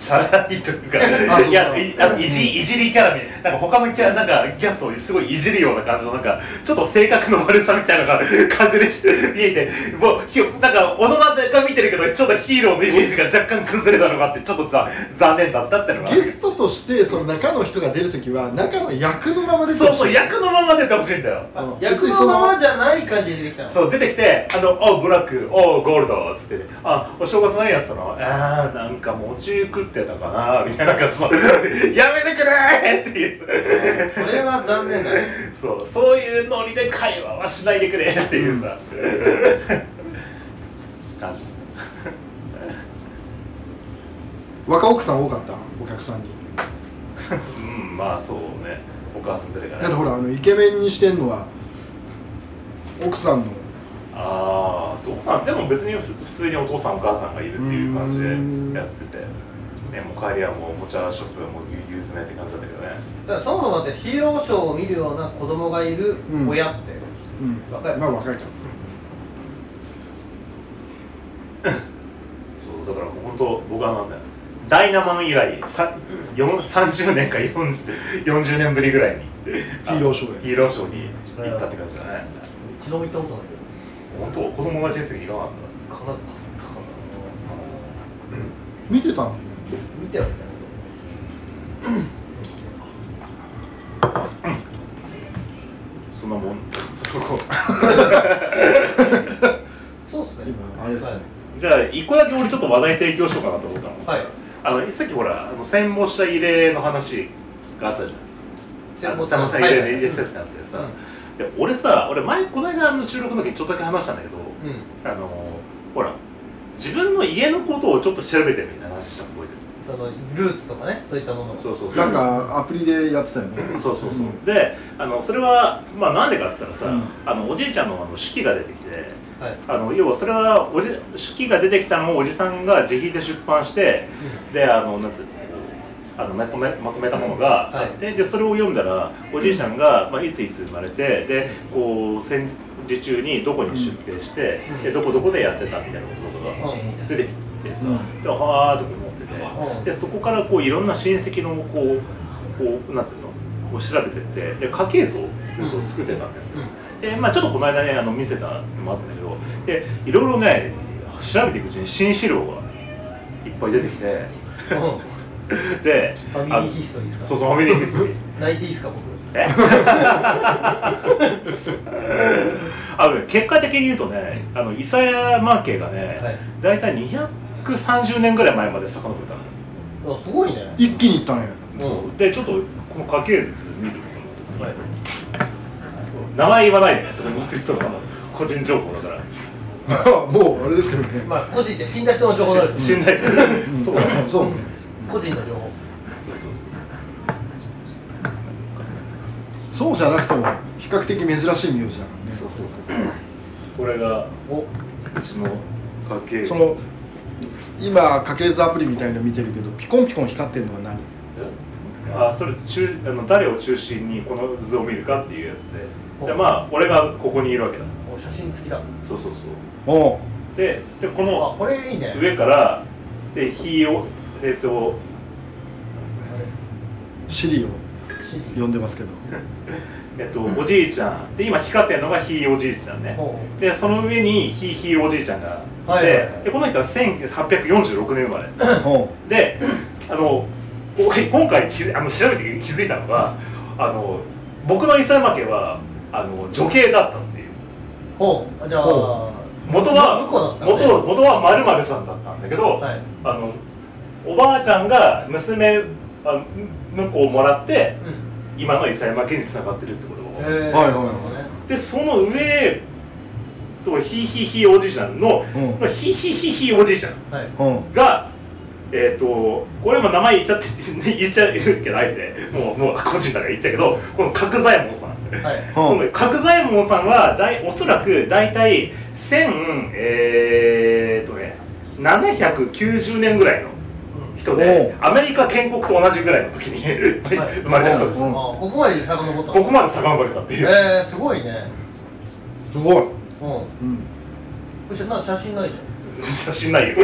A: チャラいというか
C: あそう
A: いやいあのい
C: うん
A: じいじりキャラみたいななんか他のキャラなんかキャストをすごいいじるような感じのなんかちょっと性格の悪さみたいなのが 隠れして見えてもうひなんか大人が見てるけどちょっとヒーローのイメージが若干崩れたのがあってちょっとざ残念だったってのがある
C: ゲストとしてその中の人が出るときは中の役のままで
A: そうそう役のまま出てほしいんだよ
B: あ
C: うん
B: 役
C: 別に
B: の
C: その
B: ままじゃない感じで出てきたの
A: そう出てきて「あのおブラックおゴールド」つって「あお正月何やってたのあーなんか餅食ってたかな」みたいな感じの 「やめてくれ!」っていう
B: それは残念だね
A: そうそういうノリで会話はしないでくれっていうさ、感じ
C: 若奥さん多かったお客さんに
A: うんまあそうねお母さん連れが
C: だって
A: ね
C: ほらあのイケメンにしてんのは奥さんの
A: ああどうなんまあでも別に普通にお父さんお母さんがいるっていう感じでやってて、ね、もう帰りはもうおもちゃショップはもうゆゆずめって感じだったけどね
E: だからそもそもだってヒーローショーを見るような子供がいる親って、
C: うん
E: 若い
C: まあ若いか
A: そうだからもう本当僕はなんだよダイナマン以来さよん30年か 40, 40年ぶりぐらいに
C: ヒーローショーへ
A: ヒーローショーに行ったって感じだね
E: 一度も行ったことない
A: 本当子供が人生に行かなかっ
E: けど
A: た
E: かなかったか
C: 見てたの
E: な見てはみたいな
A: そんなもんそ
E: そ
A: こ
E: うですね
C: 今あれですね
A: じゃあ一個だけ俺ちょっと話題提供しようかなと思ったの
E: はい、はい、
A: あのさっきほらあの戦没者慰霊の話があったじゃん
E: 戦没
A: 者
E: 者
A: 慰霊の慰霊説なんですけどさ、で俺さ俺前この間の収録の時にちょっとだけ話したんだけど
E: うん
A: あのほら自分の家のことをちょっと調べてみたいな話したの覚えてる
E: そのルーツとかねそういったもの
A: そうそう
C: なんかアプリでやってたよね
A: そうそうそう、
C: うん
A: であのそれはまあなんでかって言ったらさ、
C: うん
A: あのおじいちゃんのあの手記が出てきて
E: はい、
A: あの要はそれはおじ手記が出てきたのをおじさんが自費で出版してであのなんつうのあのまとめまとめたものがあって、でそれを読んだらおじいちゃんが、まあ、いついつ生まれてでこう戦時中にどこに出兵して、
E: うん
A: でどこどこでやってたみたいなことが
E: うん
A: 出てきてさ、
C: うん
A: ではあとか思ってて、
E: うん
A: でそこからこういろんな親戚のこうこうなんつうのを調べてってで家系図をずっと作ってたんですよ、でまあちょっとこの間ねあの見せたのもあったんだけどでいろいろね調べていくうちに新資料がいっぱい出てきて
E: うんうん
A: で
E: ファミリーヒストリーですか
A: そうそうファミリーヒストリー
E: 泣いていいですか僕
A: えあのね結果的に言うとねあのイサヤマーケがね、
E: はい
A: 大体230年ぐらい前まで遡ったの
E: あすごいね
C: 一気にいったね
A: そうでちょっとこの家系図見る名前言わないでねそれ僕とかの個人情報だから
C: もうあれですけどね
E: まあ個人って死んだ人の情報だよ
A: し信頼そうだね
C: そう
E: 個人の情報
C: そうじゃなくても比較的珍しい名字だからね
A: そうそうそうこれが
E: お
A: うちの家系図
C: その今家系図アプリみたいの見てるけどピコンピコン光ってるのは何
A: あそれ中あの誰を中心にこの図を見るかっていうやつでで
E: お
A: まあ俺がここにいるわけだ
E: お写真付きだ
A: そうそうそう
C: おう
A: ででこ
E: あ
A: の
E: これいいね
A: 上からで火をえっ、と
C: シリを
E: シリ
C: 呼んでますけど
A: えっ、とおじいちゃんで今光ってるのがひいおじいちゃんね
E: ほ
A: でその上にひいひいおじいちゃんがで,、
E: はいはいはい
A: でこの人は1846年生まれ
C: おう
A: であのお今回気づあの調べて気づいたのがあの僕の伊佐山家はあの女系だったってい
E: う
A: う
E: ほうあじゃあ
C: ほ
A: 元は
E: 向こうだったね
A: 元は元はまるまるさんだったんだけど、
E: はい
A: あのおばあちゃんが娘あ婿をもらって
E: うん
A: 今の伊佐山家につながってるってこと
E: へー
C: はい
E: な
C: はい
E: るほどね
A: でその上とひいひいひいおじいちゃんの
C: うん
A: のひいひいひいひいおじいちゃん
E: はい
C: おう
A: が、えっ、と、これも名前言っちゃって、言っちゃうけど、あえて、もう、もう個人だから言ったけど、この角左衛門さん。
E: はい
C: お
A: こ
C: う
A: の角左衛門さんは、だいおそらく大体、1000、えー、とね、790年ぐらいの人で、アメリカ建国と同じぐらいの時に
E: はい
A: 生まれた人です。
C: うん
E: あここまで遡った
A: ここまで遡れたっていう。
E: えーすごいね
C: すごい
E: うん
C: うん
E: うしな写真ないじゃん
A: 写真ないよ。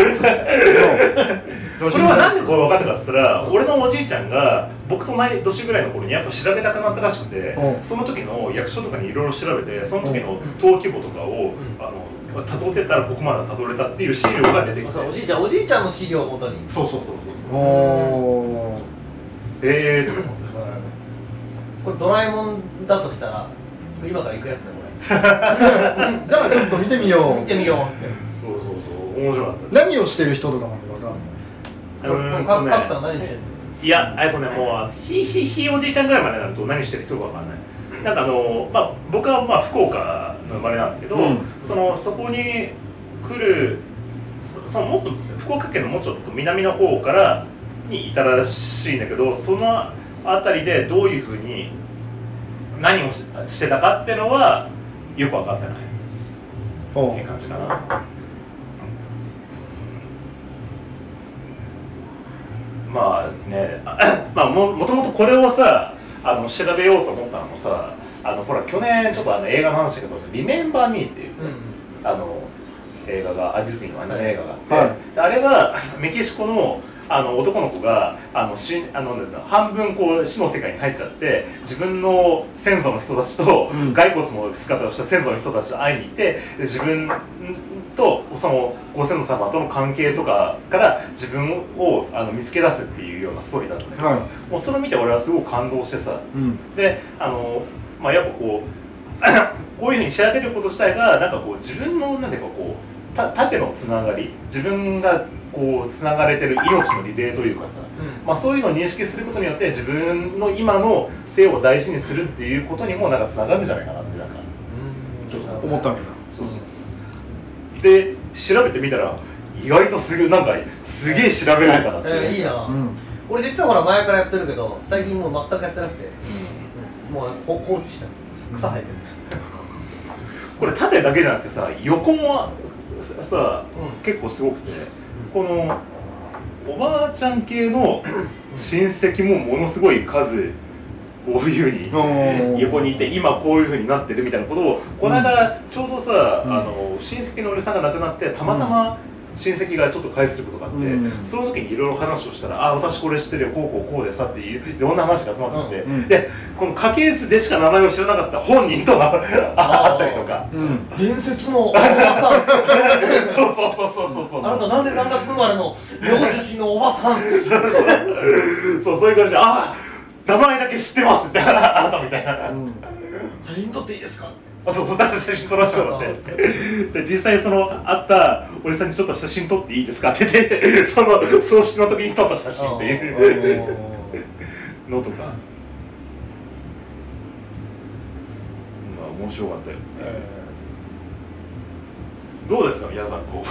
C: こ
A: これはなんでこれ分かったかっつったら俺のおじいちゃんが僕と同い年ぐらいの頃にやっぱ調べたくなったらしくて
C: うん
A: その時の役所とかにいろいろ調べてその時の登記簿とかをあの辿ってったらここまで辿れたっていう資料が出てきて
E: そうお
A: そ
E: じいちゃんおじいちゃんの資料をもとに
A: うそうそうそうそう
C: おー
A: ええー、と思ってさ
E: これドラえもんだとしたら今から行くやつだよこ
C: じゃあちょっと見てみよ
E: れ見
C: う
E: てみようって
A: そうそうそう面白かった
C: 何をしてる人とかまでわかるの
E: こ
A: うー
E: れ
A: ん
E: か
A: と
E: 角さん
A: ね
E: 何してんの
A: いやえっとねもうひいひいひいおじいちゃんぐらいまでになると何してる人か分かんないなんかあの、まあ、僕はまあ福岡の生まれなんだけど、
C: うん
A: そのそこに来るそそのもっと福岡県のもうちょっと南の方からにいたらしいんだけどその辺りでどういうふうに何をししてたかっていうのはよく分かってない
C: お
A: いうい感じかな ももともとこれをさあの調べようと思ったのもさあのほら去年ちょっとあの映画の話だけど「リメンバー・ミー」っていう、あの映画があディズニーのあの映画があって、
C: は
A: であれは メキシコのあの男の子があのしあのなんですか半分こう死の世界に入っちゃって自分の先祖の人たちと、
C: うん
A: 骸骨の姿をした先祖の人たちと会いに行ってで自分とそのご先祖様との関係とかから自分をあの見つけ出すっていうようなストーリーだったんだけど、
C: は
A: もうそれを見て俺はすごく感動してさ、
C: うん
A: であの、まあ、やっぱこう こういうふうに調べること自体がなんかこう自分のなんていうかこうた縦のつながり自分がこうつながれてる命のリレーというかさ、まあ、そういうのを認識することによって自分の今の性を大事にするっていうことにもなんかつながるんじゃないかなってなんかちょっと
C: 思ったわけだ
A: そうそうで調べてみたら意外とすぐなんかすげえ調べられたなって、
E: えーいいな、
C: うん
E: 俺実はほら前からやってるけど最近もう全くやってなくて、もうほ放置した草生えてる、
A: これ縦だけじゃなくてさ横もささ結構すごくてこのおばあちゃん系の親戚もものすごい数こういうふう
C: おー
A: に横にいて今こういうふうになってるみたいなことをこの間ちょうどさ、
C: うん
A: あの親戚の俺さんが亡くなってたまたま親戚がちょっと返することがあって、
C: うん
A: その時にいろいろ話をしたら「あ私これ知ってるよこうこうこうでさ」っていういろんな話が集まってて、
C: うんうん
A: でこの家系図でしか名前を知らなかった本人とああ ったりとか。
C: うん
E: 伝説のおばさん
A: そうそうそうそうそうそう。
E: あなたなんで何月生まれの両出身のおばさん
A: そうそういう感じで、あー名前だけ知ってますって、あなたみたいな。
E: 写真撮っていいですか
A: あそうそう、だから写真撮らせてもらって。で、実際その、会ったおじさんにちょっと写真撮っていいですかって言って、 その、葬式の時に撮った写真っていうのとか。まあ、面白かったよ。どうですか、皆さん、こ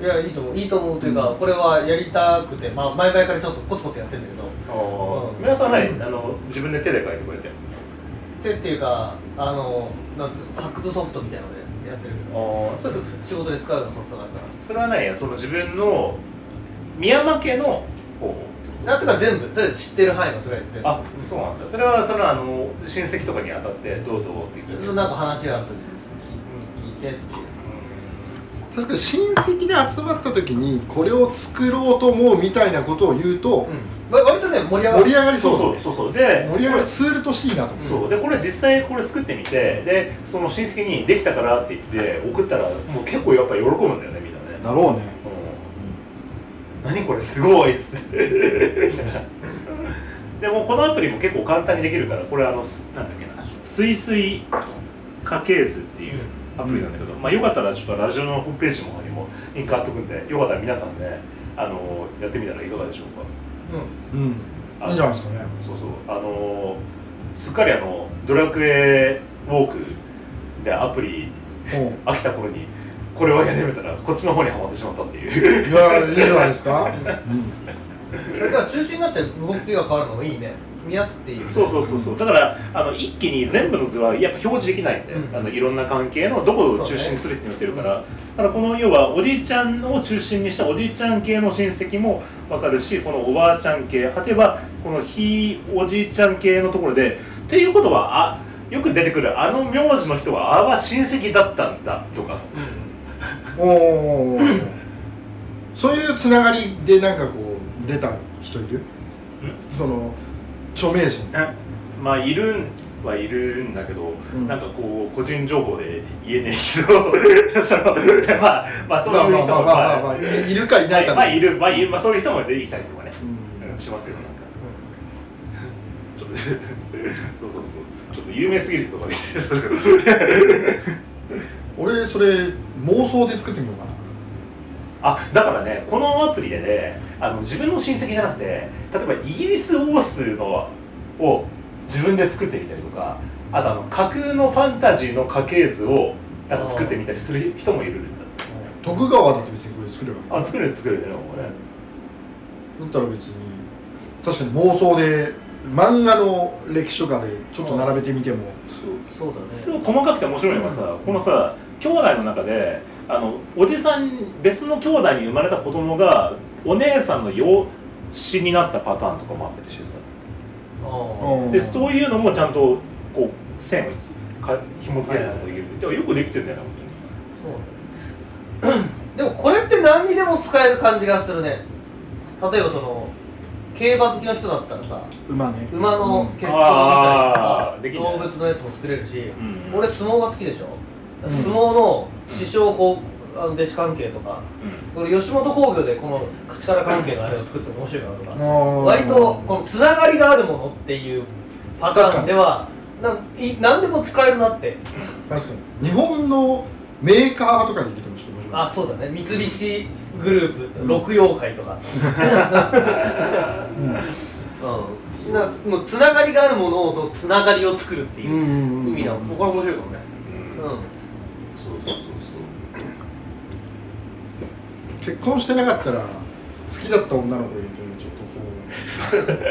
E: いやいいと思ういいと思うというか、これはやりたくてまあ前々からちょっとコツコツやってんだけど
A: う。皆さん、はい、あの、自分で手で描いてくれて。
E: 手っていうかあのなんていうのサックスソフトみたいなのでやってるけどそうそう仕事で使うようなソフトがあるから
A: それは何やその自分の宮間家の方法
E: なんとか全部とりあえず知ってる範囲のとりあえず全部
A: あそうなんだそれはそのあの親戚とかに当たってどうぞって言っ
E: ちょ
A: て
E: っとなんか話があるときに聞いてっていう
C: 確かに親戚で集まった時にこれを作ろうと思うみたいなことを言うと
E: うんわ割とね盛り上がる
C: 盛り上がり
A: そ
C: そううだ
A: そ
C: ね
A: うそうそうで
C: 盛り上がるツールとしていいなと思う
A: そうでこれ実際これ作ってみてでその親戚に「できたから」って言って送ったらもう結構やっぱ喜ぶんだよねみんなね
C: だろうね
A: うん何これすごいっつってでもこのアプリも結構簡単にできるからこれあのすなんだっけな「すいすい家系図」っていうアプリなんだけど、まあよかったらちょっとラジオのホームページの方にもリンク貼っとくんでよかったら皆さんねあのやってみたらいかがでしょうか
C: うんいいんじゃないですかね
A: そうそうあのすっかりあの「ドラクエウォーク」でアプリ
C: う
A: 飽きた頃にこれをやり始めたらこっちの方にはまってしまったっていう
C: んいやいいんじゃないですか
E: それから中心になって動きが変わるのもいいね見やすくていいよね
A: そうそうそうそうだからあの一気に全部の図はやっぱ表示できないんで、
E: うん
A: あのいろんな関係のどこを中心にする人によってるから、だからこの要はおじいちゃんを中心にしたおじいちゃん系の親戚も分かるしこのおばあちゃん系果てはこのひいおじいちゃん系のところでっていうことはあよく出てくるあの名字の人はあは親戚だったんだとかさ
C: おおそういうつながりでなんかこう出た人いるその著名人
A: まあいるんはいるんだけど、
C: うん
A: なんかこう個人情報で言えねえけど そのまあまあそう
C: まあ
A: い
C: ま
A: う
C: あ
A: 人も
C: まあまあまあいるかいないか
A: まあいるまあいるまあそういう人も出てきたりとかね、
C: うん
A: うんしますよなんか、ちょっと そうそうそうちょっと有名すぎる人が出てきたりするけど
C: 俺それ妄想で作ってみようかな
A: あだからねこのアプリでねあの自分の親戚じゃなくて例えばイギリス王数のを自分で作ってみたりとかあとあの架空のファンタジーの家系図をなんか作ってみたりする人もいるんだ
C: 徳川だって別にこれ作ればいい
A: あ作れる作れるねもうね
C: だったら別に確かに妄想で漫画の歴史とかでちょっと並べてみても
E: そうだね
A: すごい細かくて面白いのがさ、このさ兄弟の中であのおじさん別の兄弟に生まれた子供がお姉さんの養子になったパターンとかもあったりしてさ
B: あ
C: うん
A: でそういうのもちゃんとこう線をか紐付けることができる、でもよくできてるんだよな本
B: そうねでもこれって何にでも使える感じがするね例えばその競馬好きの人だったらさ
C: 馬ね
B: 馬の血統みたいな
A: あーできるね
B: 動物のやつも作れるし、
A: うん
B: 俺相撲が好きでしょ、相撲の師匠こうあの弟子関係とか俺吉本興業でこの力関係のあれを作って面白いなとか、割とこのつながりがあるものっていうパターンではない何でも使えるなって
C: 確かに日本のメーカーとかに入れてもちょっと面白い
B: あそうだね三菱グループ六妖怪とか、うんなんかもうつながりがあるもののつながりを作るっていう
C: うんうんう
B: 意
C: ん
B: 味だもんこれ面白いかもね
A: 当にうん
B: う
A: そうそうそうそう
C: 結婚してなかったら好きだった女の子入れてちょっとこ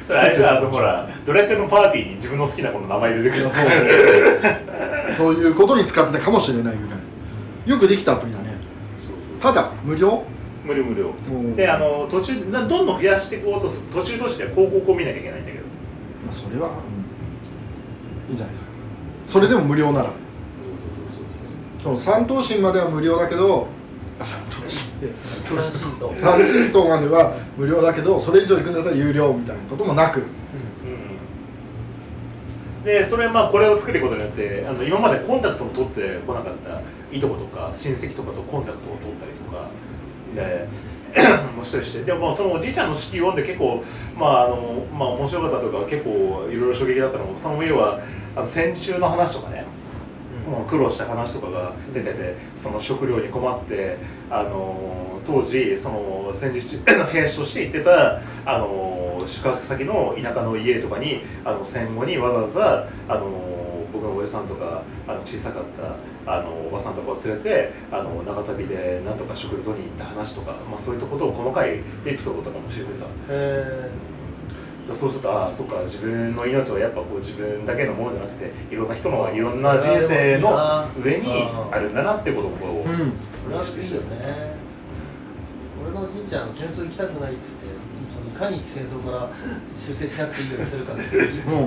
A: それあれじゃんあのほらドラクエのパーティーに自分の好きな子の名前出て くる
C: うそういうことに使ってたかもしれないぐらいよくできたアプリだねただ無料
A: 無料無料
C: うん
A: であの途中などんどん増やしていこうとす途中途中で広告を見なきゃいけないんだけど
C: まあそれは、うんいいじゃないですかそれでも無料ならその三頭身までは無料だけどあ三頭身
B: ん三振と
C: 単身頭までは無料だけどそれ以上行くんだったら有料みたいなこともなく
A: うんでそれまあこれを作ることによってあの今までコンタクトを取ってこなかったいとことか親戚とかとコンタクトを取ったりとかで もしたりしてでもまあそのおじいちゃんの式読んで結構まああのまあ面白かったとか結構いろいろ衝撃だったのもその要はあの戦中の話とかねもう苦労した話とかが出ててその食料に困って、あの当時その戦時中 兵士として行ってた、あの宿泊先の田舎の家とかにあの戦後にわざわざ、あの僕のおじさんとかあの小さかった、あのおばさんとかを連れて、あの長旅でなんとか食料取りに行った話とか、まあ、そういったことを細かいエピソードとかも教えてさ。
B: え
A: だそうするとああそっか自分の命はやっぱこう自分だけのものじゃなくていろんな人のいろんな人生の上にあるんだなってことをこう
C: うん
B: それは好きだよね俺のおじいちゃん戦争行きたくないっつってそのいかに戦争から修正しなくていいようにするかっていう
C: うん
B: もう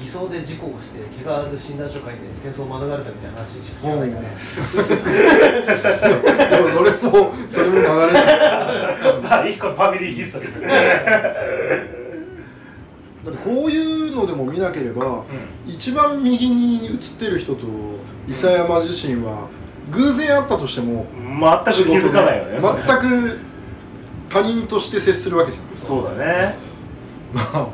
B: 偽装で事故をして怪我診断書書いて戦争を免れたみたいな話しか知ら ないから、
C: でもそれもそれも流れない
A: まあ一個ファミリーヒストリーとかね
C: だってこういうのでも見なければ、一番右に写ってる人と伊佐山自身は偶然会ったとしても
A: 全く気づかないよね
C: 全く他人として接するわけじゃん
A: そうだね
C: まあ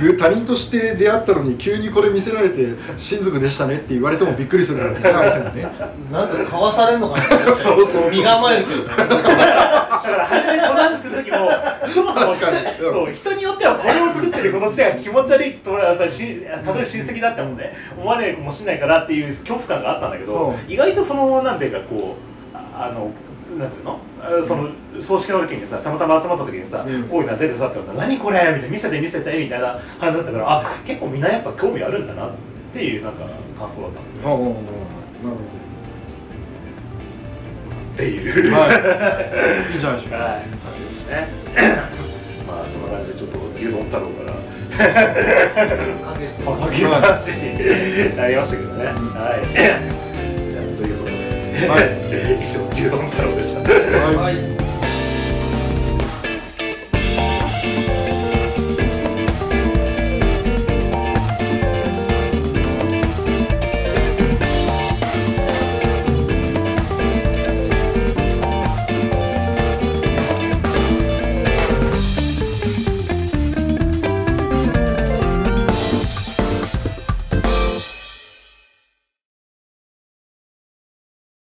C: ぐ他人として出会ったのに急にこれ見せられて親族でしたねって言われてもびっくりするだろうね相手もね
B: なんかかわされんのかなって思って
C: そうそうそう
B: 身構えるけど
A: だから初めにこの話する時もそもそも
C: 確かに
A: そう人によってはこれを作ってること自体が気持ち悪いと俺はさしたとえ親戚だってもね思われるかもしれないからっていう恐怖感があったんだけど
C: う
A: 意外とそのなんていうかこうああのなんつうのあその葬式の時にさたまたま集まった時にさこういうのが出てさってこと何これみたいな見せて見せてみたいな話だったからあ結構みんなやっぱ興味あるんだなっていうなんか感想だった
C: ああああああなる
A: っていう
C: ほどはいいいじゃないでしょ うか
A: はい、感じですね。 まあ、そんな感じで、ちょっと牛丼太郎から。
B: 関係する
A: パパゲ話になりましたけどね。はい。じゃあ、ということで。
C: は
A: 以上、牛丼太郎でした。
C: はい
B: はい